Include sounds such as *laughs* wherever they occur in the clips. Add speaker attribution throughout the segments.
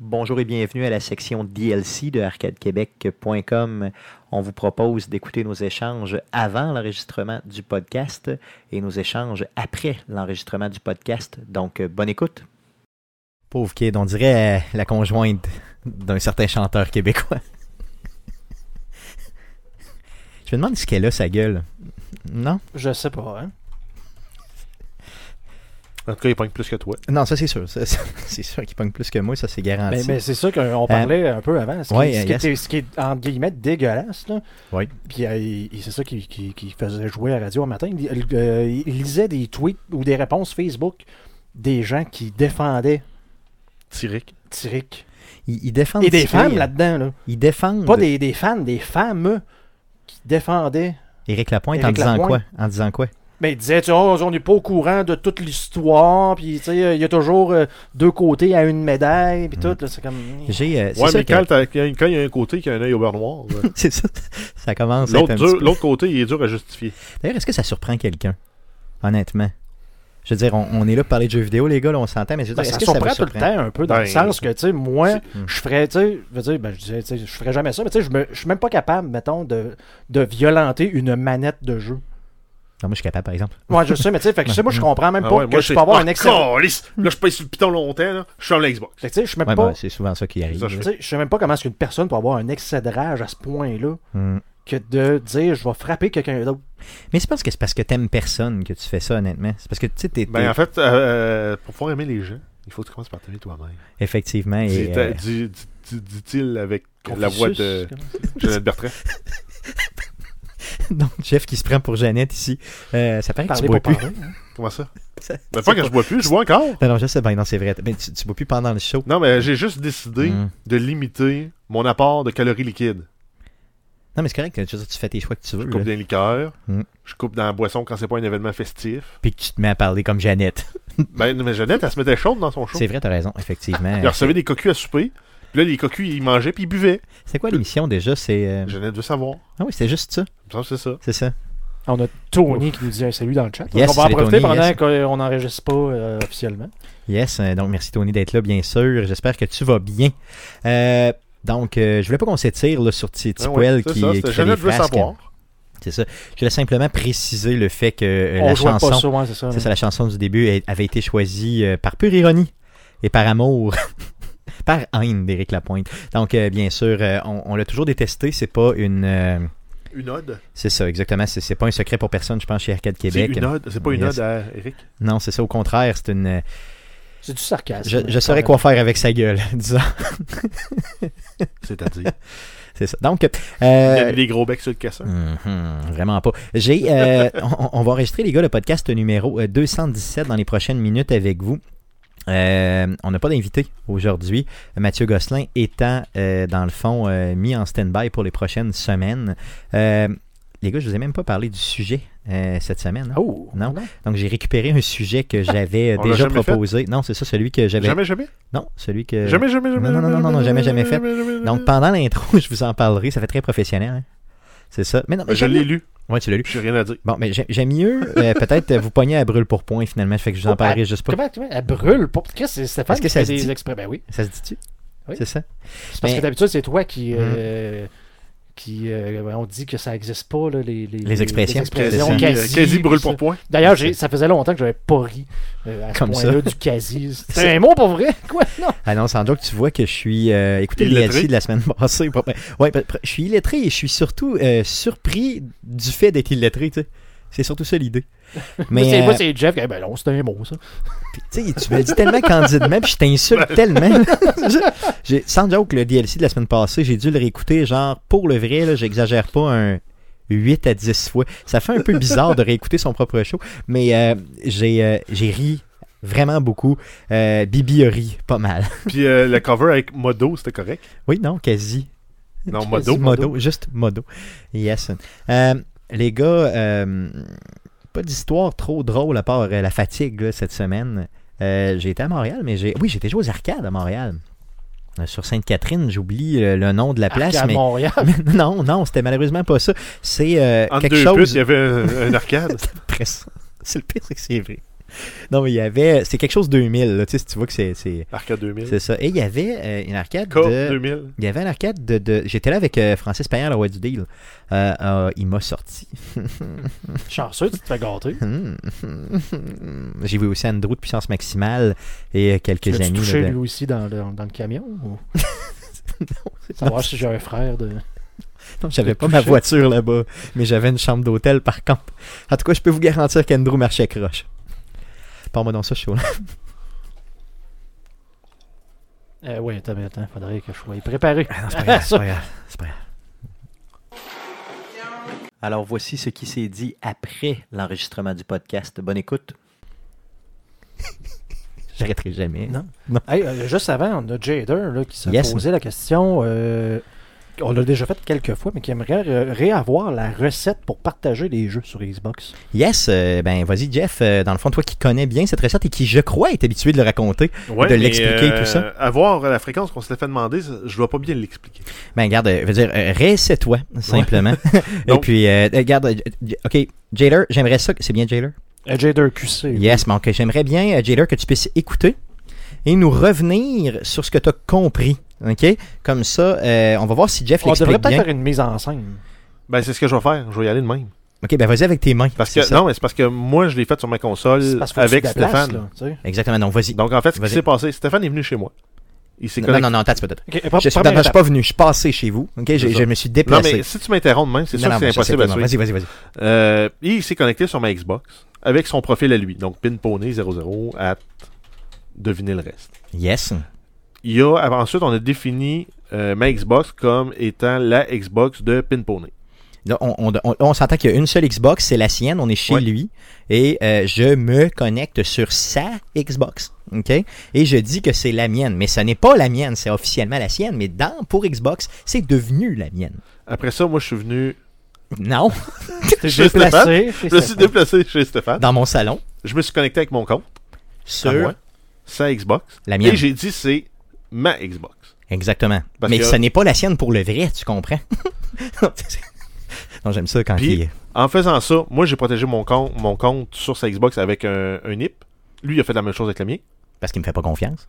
Speaker 1: Bonjour et bienvenue à la section DLC de arcadequebec.com. On vous propose d'écouter nos échanges avant l'enregistrement du podcast et nos échanges après l'enregistrement du podcast. Donc, euh, bonne écoute. Pauvre kid, on dirait euh, la conjointe d'un certain chanteur québécois. Je me demande ce qu'elle a, sa gueule. Non?
Speaker 2: Je sais pas, hein.
Speaker 3: En tout cas, il pogne plus que toi.
Speaker 1: Non, ça c'est sûr. Ça, *laughs* ça, C'est sûr qu'il pogne plus que moi, ça c'est garanti.
Speaker 2: Mais, mais c'est ça qu'on parlait un peu avant. Ce qui,
Speaker 1: Ah, Ben, ouais,
Speaker 2: ce qui
Speaker 1: yes.
Speaker 2: était- ce qui est, entre guillemets, dégueulasse, là.
Speaker 1: Oui.
Speaker 2: Puis euh, il- il- c'est ça qui, qui- qui faisait jouer à la radio un matin. Il, il- euh, il lisait des tweets ou des réponses Facebook des gens qui défendaient
Speaker 3: Tyric.
Speaker 2: Tyrick.
Speaker 1: Ils, ils défendent
Speaker 2: Et des
Speaker 1: Thierry,
Speaker 2: femmes
Speaker 1: hein.
Speaker 2: là-dedans, là.
Speaker 1: Ils défendent
Speaker 2: Pas des, des fans, des femmes qui défendaient.
Speaker 1: Éric Lapointe en
Speaker 2: Éric
Speaker 1: disant
Speaker 2: Lapointe.
Speaker 1: quoi? En disant quoi?
Speaker 2: Mais ils disaient, tu sais, Oh, on n'est pas au courant de toute l'histoire, puis tu sais, il y a toujours euh, deux côtés à une médaille, puis tout. là, C'est comme.
Speaker 1: Hmm.
Speaker 2: hmm.
Speaker 1: J'ai, euh, c'est
Speaker 3: Ouais,
Speaker 1: sûr
Speaker 3: mais
Speaker 1: que-
Speaker 3: quand, t'as- quand il quand il y a un côté qui a un œil au beurre *laughs* noir, là,
Speaker 1: *laughs* C'est ça. Ça commence à être
Speaker 3: l'autre
Speaker 1: un petit
Speaker 3: dur-
Speaker 1: peu-
Speaker 3: l'autre côté, il est dur à justifier.
Speaker 1: D'ailleurs, est-ce que ça surprend quelqu'un? Honnêtement. Je veux dire, on, on est là pour parler de jeux vidéo, les gars, là, on s'entend, mais je veux dire,
Speaker 2: Ben,
Speaker 1: est-ce
Speaker 2: ça
Speaker 1: que ça
Speaker 2: surprend
Speaker 1: vous
Speaker 2: tout le
Speaker 1: surprend?
Speaker 2: temps un peu dans
Speaker 3: Ben,
Speaker 2: le sens que, tu sais, moi,
Speaker 1: Hmm.
Speaker 2: je ferais, tu sais, je veux dire, ben, je disais, tu sais, je ferais jamais ça, mais tu sais, je me- je suis même pas capable, mettons, de, de violenter une manette de jeu.
Speaker 1: Non, moi, je suis capable, par exemple.
Speaker 2: Moi, je sais, mais tu sais, fait que tu sais, moi, je comprends même
Speaker 3: Ah
Speaker 2: pas
Speaker 3: ouais,
Speaker 2: que
Speaker 3: moi,
Speaker 2: je
Speaker 3: c'est-
Speaker 2: peux avoir
Speaker 3: Ah,
Speaker 2: un excellent.
Speaker 3: calisse! Là, je paye sur le piton longtemps, là. je suis sur l'Xbox.
Speaker 2: Fait que, tu sais, je sais même
Speaker 1: Ouais,
Speaker 2: pas.
Speaker 1: ben, c'est souvent ça qui arrive.
Speaker 3: ça, je
Speaker 2: tu
Speaker 1: là.
Speaker 2: sais, je sais même pas comment est-ce qu'une personne peut avoir un excédrage à ce point-là
Speaker 1: Mm.
Speaker 2: que de dire je vais frapper quelqu'un d'autre.
Speaker 1: Mais c'est parce que c'est parce que t'aimes personne que tu fais ça, honnêtement. C'est parce que, tu sais, t'es,
Speaker 3: Ben,
Speaker 1: t'es-
Speaker 3: en fait, euh, pour pouvoir aimer les gens, il faut que tu commences par t'aimer toi-même.
Speaker 1: effectivement, et,
Speaker 3: Dis-
Speaker 1: euh, *laughs*
Speaker 3: t'as- dis- dis- dis- Dit-il avec la voix de
Speaker 2: Confucius,
Speaker 3: *laughs* Jeannette Bertrand.
Speaker 1: donc Jeff qui se prend pour Jeannette ici, Euh, ça paraît que tu
Speaker 2: Parler
Speaker 1: bois
Speaker 2: pour
Speaker 1: plus.
Speaker 2: parler. hein.
Speaker 3: Comment ça?
Speaker 1: *laughs* Ça-
Speaker 3: Mais pas quand je bois plus, je bois encore.
Speaker 1: Non, non, je sais, ben non, c'est vrai. Mais tu, tu bois plus pendant le show.
Speaker 3: Non, mais j'ai juste décidé
Speaker 1: Mm.
Speaker 3: de limiter mon apport de calories liquides.
Speaker 1: Non, mais c'est correct, je veux dire, tu fais tes choix que tu veux,
Speaker 3: Je
Speaker 1: là.
Speaker 3: coupe dans les liqueurs,
Speaker 1: Mm.
Speaker 3: je coupe dans la boisson quand c'est pas un événement festif.
Speaker 1: puis que tu te mets à parler comme Jeannette.
Speaker 3: Ben, mais Jeannette, elle se mettait chaude dans son show.
Speaker 1: C'est vrai, t'as raison,
Speaker 3: *laughs*
Speaker 1: effectivement.
Speaker 3: Il recevait des cocus à souper. Puis là, les cocus, ils mangeaient puis ils buvaient.
Speaker 1: C'est quoi l'émission déjà? C'est. euh,
Speaker 3: Jeannette veut savoir.
Speaker 1: Ah oui, c'était juste ça.
Speaker 3: Il me semble que c'est ça.
Speaker 1: C'est ça.
Speaker 2: On a Tony qui nous dit un salut dans le chat.
Speaker 1: Yes,
Speaker 2: Donc, on va en
Speaker 1: salut,
Speaker 2: profiter
Speaker 1: Tony,
Speaker 2: pendant
Speaker 1: yes.
Speaker 2: qu'on n'enregistre pas euh, officiellement.
Speaker 1: Yes, euh, donc merci Tony d'être là, bien sûr. J'espère que tu vas bien. Euh, donc, euh, je voulais pas qu'on s'étire là, sur Ti-
Speaker 3: Ah ouais,
Speaker 1: Tipoel
Speaker 3: c'est
Speaker 1: qui,
Speaker 3: ça,
Speaker 1: qui
Speaker 3: c'était
Speaker 1: fait
Speaker 3: Jeannette
Speaker 1: des
Speaker 3: veut
Speaker 1: frasques.
Speaker 3: savoir.
Speaker 1: C'est ça. Je voulais simplement préciser le fait que euh,
Speaker 2: on
Speaker 1: la
Speaker 2: voit pas
Speaker 1: chanson,
Speaker 2: ça, ouais, c'est ça.
Speaker 1: c'est ça, la chanson du début elle- avait été choisie euh, par pure ironie et par amour. *laughs* par haine d'Éric Lapointe. Donc, euh, bien sûr, euh, on, on l'a toujours détesté. C'est pas une. euh,
Speaker 3: Une ode.
Speaker 1: c'est ça, exactement. C'est c'est pas un secret pour personne, je pense, chez Arcade
Speaker 3: C'est
Speaker 1: Québec.
Speaker 3: une ode. C'est pas une
Speaker 1: Yes.
Speaker 3: ode à Eric.
Speaker 1: Non, c'est ça. Au contraire, c'est une. euh,
Speaker 3: Ah,
Speaker 2: C'est du sarcasme.
Speaker 1: Je, je
Speaker 2: Quand
Speaker 1: saurais
Speaker 2: même.
Speaker 1: quoi faire avec sa gueule, *laughs* disons.
Speaker 3: C'est-à-dire.
Speaker 1: C'est ça. Donc,
Speaker 3: Il
Speaker 1: *laughs*
Speaker 3: y
Speaker 1: euh,
Speaker 3: avait des gros becs sur le casseur.
Speaker 1: mhm, vraiment pas. J'ai, euh,
Speaker 3: *laughs*
Speaker 1: on, on va enregistrer, les gars, le podcast numéro euh, 217 dans les prochaines minutes avec vous. Euh, on n'a pas d'invité aujourd'hui. Mathieu Gosselin étant, euh, dans le fond, euh, mis en stand-by pour les prochaines semaines. Euh, les gars, je vous ai même pas parlé du sujet euh, cette semaine. hein.
Speaker 2: Oh,
Speaker 1: Non. Donc, j'ai récupéré un sujet
Speaker 3: *laughs*
Speaker 1: que j'avais euh,
Speaker 3: On l'a
Speaker 1: déjà
Speaker 3: jamais
Speaker 1: proposé. Non, c'est ça, celui que j'avais.
Speaker 3: Jamais, jamais.
Speaker 1: Non, celui que.
Speaker 3: Jamais, jamais, jamais.
Speaker 1: Euh, non, non, non, non, non, jamais, jamais fait.
Speaker 3: jamais,
Speaker 2: Mm.
Speaker 1: Donc, pendant l'intro, *laughs* je vous en parlerai. Ça fait très professionnel. hein. C'est ça. Mais non, mais
Speaker 3: Ah, Je
Speaker 1: j'aime
Speaker 3: l'ai
Speaker 1: mieux-
Speaker 3: lu.
Speaker 1: Ouais, tu l'as lu.
Speaker 3: J'ai rien à dire.
Speaker 1: Bon, mais j'ai- j'aime mieux euh, peut-être euh, vous pogner à brûle pour point finalement. Fait que je vous en
Speaker 2: Oh,
Speaker 1: parlerai juste pas.
Speaker 2: Comment, comment elle brûle pas? Qu'est-ce que c'est Stéphane
Speaker 1: Est-ce que
Speaker 2: qui
Speaker 1: ça
Speaker 2: fait
Speaker 1: se
Speaker 2: des
Speaker 1: dit?
Speaker 2: exprès? Ben oui.
Speaker 1: Ça se dit-tu
Speaker 2: Oui.
Speaker 1: C'est ça
Speaker 2: C'est parce
Speaker 1: Mais- Mm-hmm.
Speaker 2: que d'habitude, c'est toi qui. euh, qui euh, on dit que ça n'existe pas, là, les, les,
Speaker 1: expressions.
Speaker 2: les
Speaker 1: C'est
Speaker 2: expressions
Speaker 1: ça.
Speaker 2: quasi.
Speaker 3: quasi brûle
Speaker 2: tout ça.
Speaker 3: pour point.
Speaker 2: D'ailleurs, j'ai- ça faisait longtemps que j'avais pas ri euh, à ce
Speaker 1: Comme
Speaker 2: point-là
Speaker 1: ça.
Speaker 2: du
Speaker 1: *laughs*
Speaker 2: quasi. C'est un mot pour vrai? *laughs* Quoi? Non.
Speaker 1: Ah non, sans doute, tu vois que je suis. euh, écoutez le
Speaker 3: Illettré.
Speaker 1: DLC de la semaine *laughs* passée. Bon, ben, ouais, ben, je suis illettré et je suis surtout euh, surpris du fait d'être illettré, tu sais. C'est surtout ça l'idée.
Speaker 2: Mais
Speaker 1: Mais
Speaker 2: c'est- *laughs* moi,
Speaker 1: euh,
Speaker 2: c'est Jeff. qui, Ben non, c'est un mot, ça.
Speaker 1: tu sais, tu me le dis tellement candidement, puis je t'insulte tellement. *laughs* j'ai, sans joke, le DLC de la semaine passée, j'ai dû le réécouter, genre, pour le vrai, là, j'exagère pas, un 8 à 10 fois. Ça fait un peu bizarre de réécouter son propre show, mais euh, j'ai, euh, j'ai ri vraiment beaucoup. Euh, Bibi a ri pas mal.
Speaker 3: Puis euh, le cover avec Modo, c'était correct.
Speaker 1: Oui, non, quasi.
Speaker 3: Non,
Speaker 1: Modo,
Speaker 3: Modo.
Speaker 1: modo, juste modo. Yes. Euh, les gars, euh, pas d'histoire trop drôle à part euh, la fatigue là, cette semaine. Euh, j'ai été à Montréal, mais j'ai. Oui, j'étais joué aux arcades à Montréal. Euh, sur Sainte-Catherine, j'oublie euh, le nom de la place,
Speaker 2: Arcade
Speaker 1: mais...
Speaker 2: Montréal.
Speaker 1: *laughs*
Speaker 2: *laughs*
Speaker 1: mais non, non, c'était malheureusement pas ça. C'est euh,
Speaker 3: Entre
Speaker 1: quelque
Speaker 3: deux
Speaker 1: chose. *laughs*
Speaker 3: putes, il y avait un, un arcade.
Speaker 1: Après ça, C'est le pire, c'est que c'est vrai. Non, mais il y avait. C'est quelque chose 2000, là. Tu sais, si tu vois que c'est. C'est
Speaker 3: Arcade 2000.
Speaker 1: c'est ça. Et il y avait euh, une arcade
Speaker 3: K
Speaker 1: de.
Speaker 3: 2000.
Speaker 1: Il y avait une arcade de. de- J'étais là avec euh, Francis Payan, le roi du deal. Euh, euh, il m'a sorti. *laughs*
Speaker 2: Chanceux, tu te fais gâter.
Speaker 1: Hmm. J'ai vu aussi Andrew de puissance maximale et euh,
Speaker 2: Tu
Speaker 1: quelques
Speaker 2: l'as
Speaker 1: amis. là,
Speaker 2: touché
Speaker 1: de-
Speaker 2: lui aussi dans le, dans le camion
Speaker 1: *laughs*
Speaker 2: ou... Savoir si j'ai un frère de.
Speaker 1: Non, *laughs* j'avais
Speaker 2: Le
Speaker 1: pas ma
Speaker 2: toucher.
Speaker 1: voiture là-bas, mais j'avais une chambre d'hôtel par camp. En tout cas, je peux vous garantir qu'Andrew marchait croche. Parle-moi dans ça, je suis au-
Speaker 2: Euh, oui, attends, mais attends, faudrait que je sois préparé.
Speaker 1: Ah non, *laughs* c'est pas grave, c'est pas grave, c'est pas grave. Alors voici ce qui s'est dit après l'enregistrement du podcast. Bonne écoute. *laughs* J'arrêterai jamais.
Speaker 2: Non. Hey, euh, juste avant, on a Jader là, qui s'est
Speaker 1: Yes.
Speaker 2: posé la question. euh, on l'a déjà fait quelques fois, mais qui aimerait euh, réavoir la recette pour partager les jeux sur Xbox.
Speaker 1: Yes, euh, ben vas-y Jeff, euh, dans le fond, toi qui connais bien cette recette et qui, je crois, est habitué de le raconter, de l'expliquer, tout ça.
Speaker 3: Avoir euh, la fréquence qu'on se l'a fait demander, ça, je dois pas bien l'expliquer.
Speaker 1: ben regarde, euh, veux dire, euh, réessaie-toi, *laughs* simplement. et
Speaker 3: Donc-
Speaker 1: puis, euh, regarde, euh, j- OK, Jailer, j'aimerais ça, que- c'est bien Jailer?
Speaker 2: Euh, Jader QC.
Speaker 1: Yes, mais ok, j'aimerais bien, euh, Jailer, que tu puisses écouter et nous revenir sur ce que tu as compris. OK? Comme ça, euh, on va voir si Jeff
Speaker 2: On devrait
Speaker 1: l'explique
Speaker 2: peut-être
Speaker 1: bien.
Speaker 2: faire une mise en scène.
Speaker 3: Ben, c'est ce que je vais faire. Je vais y aller de même.
Speaker 1: OK, ben vas-y avec tes mains.
Speaker 3: Parce
Speaker 1: C'est
Speaker 3: que,
Speaker 1: ça.
Speaker 3: non, mais c'est parce que moi, je l'ai fait sur ma
Speaker 2: C'est
Speaker 3: console
Speaker 2: parce qu'il faut que
Speaker 3: Euh, avec
Speaker 2: tu te déplaces,
Speaker 3: Stéphane.
Speaker 2: là, tu sais.
Speaker 1: Exactement, non, vas-y.
Speaker 3: Donc, en fait, ce qui
Speaker 1: Vas-y.
Speaker 3: s'est passé, Stéphane est venu chez moi. Il s'est
Speaker 1: Non,
Speaker 3: connecté.
Speaker 1: non, non, attends, peut-être.
Speaker 2: Ok, pre-
Speaker 1: Je suis
Speaker 2: première
Speaker 1: d'abord- je suis
Speaker 2: étape.
Speaker 1: pas venu, je suis passé chez vous. OK? Je,
Speaker 3: C'est ça.
Speaker 1: je me suis
Speaker 3: Non,
Speaker 1: déplacé.
Speaker 3: mais si tu m'interromps de même, c'est
Speaker 1: Non,
Speaker 3: sûr
Speaker 1: non,
Speaker 3: que c'est
Speaker 1: je sais,
Speaker 3: impossible à
Speaker 1: non,
Speaker 3: suivre.
Speaker 1: Vas-y, vas-y, vas-y.
Speaker 3: Euh, il s'est connecté sur ma Xbox avec son profil à lui. Donc, pinponey00 at devinez le reste.
Speaker 1: Yes.
Speaker 3: Il y a, ensuite, on a défini euh, ma Xbox comme étant la Xbox de Pinponey.
Speaker 1: Là, on, on- on- on s'entend qu'il y a une seule Xbox, c'est la sienne, on est chez
Speaker 3: Ouais.
Speaker 1: lui. Et euh, je me connecte sur sa Xbox. OK? Et je dis que c'est la mienne. Mais ce n'est pas la mienne, c'est officiellement la sienne. Mais dans, pour Xbox, c'est devenu la mienne.
Speaker 3: Après ça, moi, je suis venu.
Speaker 1: Non,
Speaker 2: T'es
Speaker 3: chez Stéphane.
Speaker 2: déplacé,
Speaker 3: Je me suis
Speaker 2: Stéphane.
Speaker 3: déplacé chez Stéphane.
Speaker 1: dans mon salon,
Speaker 3: Je me suis connecté avec mon compte, à
Speaker 1: sur
Speaker 3: moi, sa Xbox.
Speaker 1: la mienne.
Speaker 3: Et j'ai dit, c'est ma Xbox.
Speaker 1: Exactement.
Speaker 3: Parce
Speaker 1: mais
Speaker 3: que-
Speaker 1: ce n'est pas la sienne pour le vrai, tu comprends? *laughs* non, j'aime ça quand
Speaker 3: Puis-
Speaker 1: il...
Speaker 3: En faisant ça, moi, j'ai protégé mon compte, mon compte sur sa Xbox avec un, un NIP. Lui, il a fait la même chose avec le mien.
Speaker 1: Parce qu'il me fait pas confiance.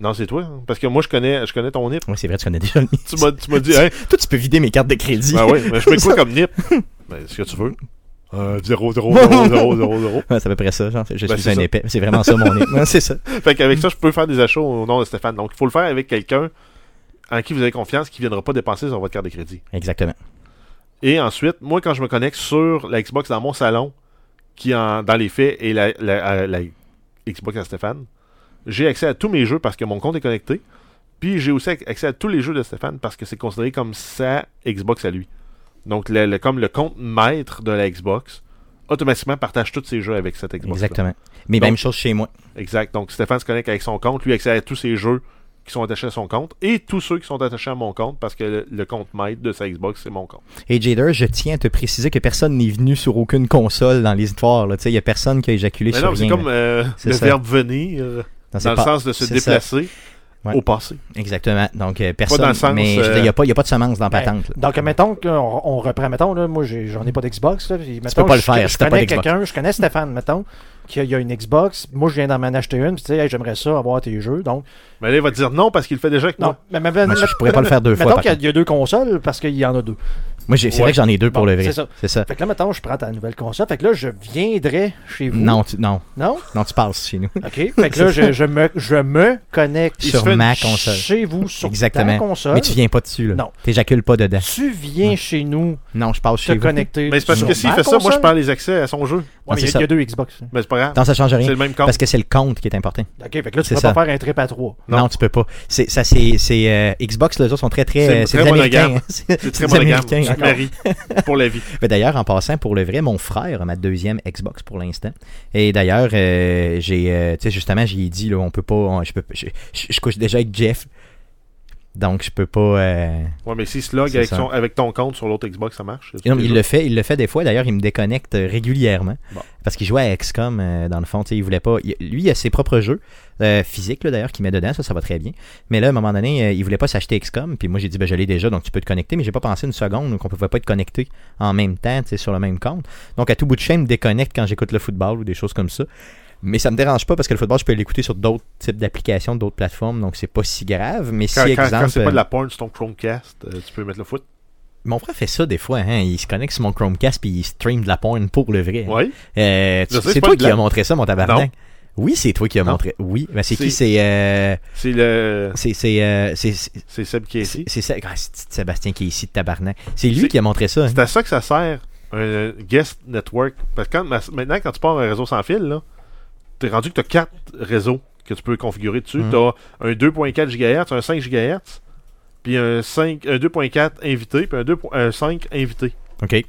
Speaker 3: Non, c'est toi. hein. Parce que moi, je connais, je connais ton NIP.
Speaker 1: Oui, c'est vrai, tu connais déjà le mien.
Speaker 3: Tu m'as, *laughs* tu m'as dit, hey,
Speaker 1: Toi, *laughs* tu peux vider mes cartes de crédit.
Speaker 3: ben oui, mais je mets *laughs* quoi comme NIP? Ben, ce que tu veux. Euh, 0, 0, *laughs* 0, 0, 0, 0.
Speaker 1: *laughs* Ouais, c'est à peu près ça. Genre, je
Speaker 3: Ben,
Speaker 1: suis
Speaker 3: c'est
Speaker 1: un
Speaker 3: ça.
Speaker 1: épais. C'est vraiment ça
Speaker 3: *laughs*
Speaker 1: mon nez. Ouais, c'est ça.
Speaker 3: Fait qu'avec ça, je peux faire des achats au nom de Stéphane. Donc, il faut le faire avec quelqu'un en qui vous avez confiance, qui ne viendra pas dépenser sur votre carte de crédit.
Speaker 1: Exactement.
Speaker 3: Et ensuite, moi, quand je me connecte sur la Xbox dans mon salon, qui, en, dans les faits, est la, la- la- la Xbox à Stéphane, j'ai accès à tous mes jeux parce que mon compte est connecté. Puis, j'ai aussi acc- accès à tous les jeux de Stéphane parce que c'est considéré comme sa Xbox à lui. Donc, le- le- comme le compte maître de la Xbox, automatiquement partage tous ses jeux avec cette Xbox.
Speaker 1: Exactement. Mais
Speaker 3: Donc-
Speaker 1: même chose chez moi.
Speaker 3: Exact. Donc, Stéphane se connecte avec son compte. Lui, accède à tous ses jeux qui sont attachés à son compte et tous ceux qui sont attachés à mon compte parce que le, le compte maître de sa Xbox, c'est mon compte.
Speaker 1: Et Jader, je tiens à te préciser que personne n'est venu sur aucune console dans les histoires. là. Tu sais, Il n'y a personne qui a éjaculé
Speaker 3: Mais
Speaker 1: sur
Speaker 3: non, c'est
Speaker 1: rien,
Speaker 3: comme
Speaker 1: là.
Speaker 3: euh,
Speaker 1: *laughs* C'est
Speaker 3: le
Speaker 1: ça.
Speaker 3: verbe venir euh,
Speaker 1: Non, c'est
Speaker 3: dans le
Speaker 1: pas-
Speaker 3: sens de se
Speaker 1: c'est
Speaker 3: déplacer
Speaker 1: Ouais.
Speaker 3: au passé.
Speaker 1: ça. Exactement. Donc, euh, personne.
Speaker 3: dans le sens, euh,
Speaker 1: mais je veux dire, il n'y a, pas- il y a pas de semence dans la
Speaker 2: Ben,
Speaker 1: patente. là.
Speaker 2: Donc, mettons qu'on on reprend, mettons, là, moi, j'ai- j'en ai pas d'Xbox. là, puis, mettons,
Speaker 1: peux pas le
Speaker 2: je-
Speaker 1: faire si
Speaker 2: Je
Speaker 1: t'as pas
Speaker 2: connais
Speaker 1: d'Xbox.
Speaker 2: quelqu'un, je connais Stéphane, mettons, qui a, il a une Xbox. Moi, je viens d'en m'en acheter une, puis tu sais, Hey, j'aimerais ça avoir tes jeux. Donc,
Speaker 3: Mais là, il va te dire non parce qu'il le fait déjà avec
Speaker 2: non,
Speaker 3: moi.
Speaker 2: mais, mais,
Speaker 1: Moi, je- je pourrais pas le faire deux fois,
Speaker 2: Mettons
Speaker 1: par
Speaker 2: qu'il y a- il y a deux consoles parce qu'il y en a deux.
Speaker 1: Moi, j'ai- c'est
Speaker 3: Ouais.
Speaker 1: vrai que j'en ai deux pour
Speaker 2: Bon,
Speaker 1: le vrai.
Speaker 2: c'est ça.
Speaker 1: C'est ça.
Speaker 2: Fait que là, mettons, je prends ta nouvelle console. Fait que là, je viendrai chez vous.
Speaker 1: Non, tu, non,
Speaker 2: Non?
Speaker 1: non, tu passes chez nous.
Speaker 2: OK.
Speaker 1: *laughs*
Speaker 2: Fait que là, je, je me, je me connecte
Speaker 3: Il
Speaker 1: sur
Speaker 3: se fait
Speaker 1: ma
Speaker 3: une
Speaker 1: console.
Speaker 2: chez vous sur
Speaker 1: Exactement.
Speaker 2: ta console.
Speaker 1: Mais tu viens pas dessus, là.
Speaker 2: Non.
Speaker 1: T'éjacules pas dedans.
Speaker 2: Tu viens chez nous
Speaker 1: Non, je passe
Speaker 2: te
Speaker 1: chez vous.
Speaker 2: connecter.
Speaker 3: Mais c'est parce
Speaker 2: sur
Speaker 3: que s'il
Speaker 2: ma
Speaker 3: fait ça, moi, je
Speaker 2: console.
Speaker 3: perds les accès à son jeu.
Speaker 2: Ouais, mais
Speaker 1: c'est
Speaker 2: il y, a-
Speaker 1: ça.
Speaker 2: il y a deux Xbox.
Speaker 3: Mais c'est pas grave.
Speaker 1: Non, ça change
Speaker 3: C'est
Speaker 1: rien.
Speaker 3: le même compte.
Speaker 1: Parce que c'est le compte qui est important.
Speaker 2: OK, fait que là, tu
Speaker 1: C'est
Speaker 2: peux
Speaker 1: ça.
Speaker 2: pas faire un trip à trois.
Speaker 1: Non,
Speaker 3: Non.
Speaker 1: tu peux pas. C'est ça, c'est c'est, euh, Xbox. Les autres sont très très.
Speaker 3: C'est
Speaker 1: euh, C'est
Speaker 3: très
Speaker 1: des américains.
Speaker 3: monogame.
Speaker 1: *laughs* hein. C'est
Speaker 3: C'est très
Speaker 1: des
Speaker 3: monogame.
Speaker 1: Américains.
Speaker 3: Tu te maries pour la vie.
Speaker 1: Mais d'ailleurs, en passant, pour le vrai, mon frère a ma deuxième Xbox pour l'instant. Et d'ailleurs, euh, j'ai, euh, tu sais, justement, j'y ai dit, là, on peut pas, on- je, peux, je, je- je couche déjà avec Jeff. Donc, je peux pas. euh,
Speaker 3: Ouais, mais s'il se log
Speaker 1: C'est
Speaker 3: avec,
Speaker 1: ça.
Speaker 3: son- avec ton compte sur l'autre Xbox, ça marche
Speaker 1: Non, mais il le fait, il le fait des fois. D'ailleurs, il me déconnecte euh, régulièrement
Speaker 3: Bon.
Speaker 1: parce qu'il jouait à XCOM euh, dans le fond. tu sais, Il voulait pas. il- lui, il a ses propres jeux euh, physiques là, d'ailleurs qu'il met dedans. Ça, ça va très bien. Mais là, à un moment donné, euh, il voulait pas s'acheter XCOM. Puis moi, j'ai dit, ben, je l'ai déjà, donc tu peux te connecter. Mais j'ai pas pensé une seconde qu'on pouvait pas être connecté en même temps, tu sais, sur le même compte. Donc à tout bout de chaîne, il me déconnecte quand j'écoute le football ou des choses comme ça. Mais ça me dérange pas parce que le football, je peux l'écouter sur d'autres types d'applications, d'autres plateformes, donc c'est pas si grave. Mais si
Speaker 3: Quand, quand-
Speaker 1: exemple,
Speaker 3: quand c'est pas
Speaker 1: euh,
Speaker 3: de la porn sur ton Chromecast, euh, tu peux mettre le foot.
Speaker 1: mon frère fait ça des fois, hein. Il se connecte sur mon Chromecast puis il stream de la porn pour le vrai. hein.
Speaker 3: Oui.
Speaker 1: Euh, tu-
Speaker 3: Je sais,
Speaker 1: c'est
Speaker 3: c'est pas
Speaker 1: toi
Speaker 3: de
Speaker 1: qui
Speaker 3: la-
Speaker 1: as montré ça, mon tabarnak. Oui, c'est toi qui as
Speaker 3: Non.
Speaker 1: montré. Oui, mais c'est
Speaker 3: C'est-
Speaker 1: qui C'est euh,
Speaker 3: C'est le.
Speaker 1: c'est c'est euh, c'est c'est-
Speaker 3: C'est Seb qui est ici.
Speaker 1: c'est- c'est ça- ah, c'est petit Sébastien qui est ici de tabarnak. C'est lui
Speaker 3: C'est-
Speaker 1: qui a montré ça. hein.
Speaker 3: C'est à ça que ça sert un euh, guest network. Parce que quand, ma- maintenant, quand tu pars un réseau sans fil, là, t'es rendu que t'as quatre réseaux que tu peux configurer dessus.
Speaker 1: Mm.
Speaker 3: T'as un 2.4 GHz, un 5 GHz, puis un, 5 un 2.4 invité, puis un, 2 po- un 5 invité.
Speaker 1: Ok,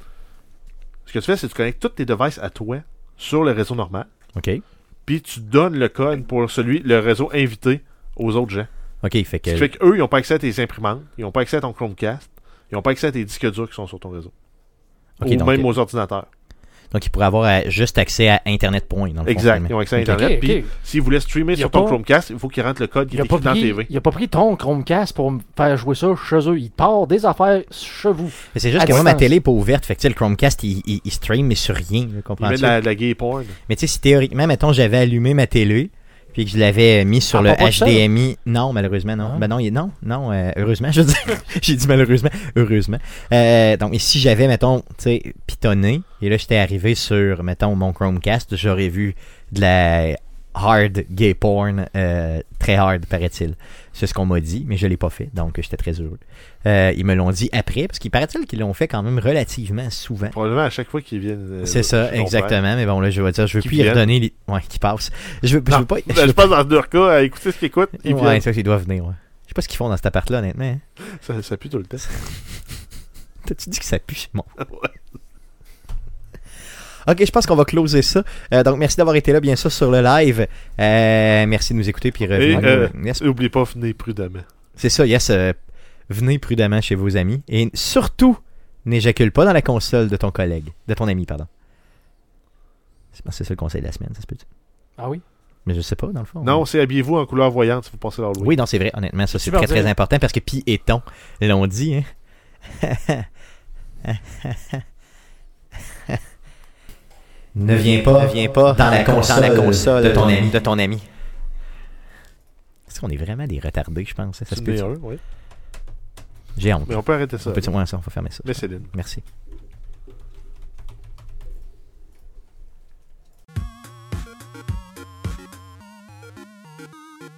Speaker 3: Ce que tu fais, c'est que tu connectes tous tes devices à toi sur le réseau normal,
Speaker 1: ok,
Speaker 3: puis tu donnes le code pour celui, le réseau invité aux autres gens.
Speaker 1: ok. Fait
Speaker 3: Ce qui
Speaker 1: que
Speaker 3: fait qu'eux, ils n'ont pas accès à tes imprimantes, ils n'ont pas accès à ton Chromecast, ils n'ont pas accès à tes disques durs qui sont sur ton réseau.
Speaker 1: ok,
Speaker 3: Ou
Speaker 1: donc,
Speaker 3: même aux ordinateurs.
Speaker 1: donc il pourrait avoir euh, juste accès à Internet point dans le fond,
Speaker 3: Exact.
Speaker 1: finalement.
Speaker 3: Ils ont accès à
Speaker 1: Ok.
Speaker 3: Internet.
Speaker 2: Ok,
Speaker 3: Puis
Speaker 2: ok.
Speaker 3: s'ils voulaient streamer
Speaker 2: Il y a
Speaker 3: sur ton
Speaker 2: pas-
Speaker 3: Chromecast, il faut qu'ils rentrent le code qui
Speaker 2: Il
Speaker 3: est
Speaker 2: a, pas
Speaker 3: écrit dans la
Speaker 2: pris,
Speaker 3: TV.
Speaker 2: il a pas pris ton Chromecast pour me faire jouer ça chez eux. Il part des affaires chez vous.
Speaker 1: Mais C'est juste
Speaker 2: À
Speaker 1: que moi ma
Speaker 2: distance.
Speaker 1: télé est pas ouverte, fait que tu sais, le Chromecast il, il- il stream mais sur rien, là,
Speaker 3: Ils mettent
Speaker 1: comprends-tu
Speaker 3: de la, de la gay porn.
Speaker 1: Mais tu sais, si théoriquement, mettons, j'avais allumé ma télé, puis que je l'avais euh, mis sur
Speaker 2: Ah,
Speaker 1: le
Speaker 2: pas pas de ça?
Speaker 1: HDMI. Non, malheureusement, non.
Speaker 2: Ah.
Speaker 1: Ben non, il- non, non, euh, heureusement, *laughs* je veux dire. J'ai dit malheureusement, heureusement. Euh, donc, et si j'avais, mettons, tu sais, pitonné, et là, j'étais arrivé sur, mettons, mon Chromecast, j'aurais vu de la hard gay porn, euh, très hard, paraît-il. C'est ce qu'on m'a dit, mais je l'ai pas fait, donc j'étais très heureux. Euh, ils me l'ont dit après, parce qu'il paraît-il qu'ils l'ont fait quand même relativement souvent.
Speaker 3: Probablement à chaque fois qu'ils viennent. euh,
Speaker 1: C'est
Speaker 3: chez
Speaker 1: ça,
Speaker 3: ton père.
Speaker 1: exactement. Mais bon, là, je vais dire, je veux
Speaker 3: Qui
Speaker 1: plus y
Speaker 3: viennent.
Speaker 1: redonner les. Ouais, qui passe. Je veux, je
Speaker 3: Non,
Speaker 1: veux pas.
Speaker 3: *laughs* ben, Je pense dans leur cas, à écouter ce qu'ils écoutent,
Speaker 1: *laughs*
Speaker 3: ils
Speaker 1: ouais,
Speaker 3: viennent.
Speaker 1: ça, ils doivent venir, ouais. Je sais pas ce qu'ils font dans cet appart-là, honnêtement. hein.
Speaker 3: Ça, ça pue
Speaker 1: *laughs*
Speaker 3: tout le temps.
Speaker 1: T'as-tu dit que ça pue,
Speaker 3: *laughs*
Speaker 1: Simon? Ok, je pense qu'on va closer ça. Euh, donc, merci d'avoir été là, bien sûr, sur le live. Euh, merci de nous écouter, puis revenez.
Speaker 3: euh,
Speaker 1: Yes.
Speaker 3: N'oublie pas, venez prudemment.
Speaker 1: C'est ça, yes. euh, venez prudemment chez vos amis. Et surtout, n'éjacule pas dans la console de ton collègue. De ton ami, pardon. C'est c'est ça le conseil de la semaine, ça se peut
Speaker 2: Ah oui?
Speaker 1: Mais je sais pas, dans le fond.
Speaker 3: Non, c'est habillez-vous en couleur voyante si vous passez l'Halloween.
Speaker 1: Oui, non, c'est vrai, honnêtement, ça c'est
Speaker 2: Super
Speaker 1: très très
Speaker 2: vrai.
Speaker 1: important parce que Pi et Ton l'ont dit. Hein? ne viens pas, viens pas dans la console, dans la console de ton ami. De ton ami. Est-ce qu'on est vraiment des retardés, je pense? hein? Ça
Speaker 3: C'est
Speaker 1: se
Speaker 3: une
Speaker 1: peut.
Speaker 3: des un, oui.
Speaker 1: J'ai honte.
Speaker 3: Mais on peut arrêter ça.
Speaker 1: On peut dire, ouais, ça, on va fermer ça.
Speaker 3: Mais Céline.
Speaker 1: Merci.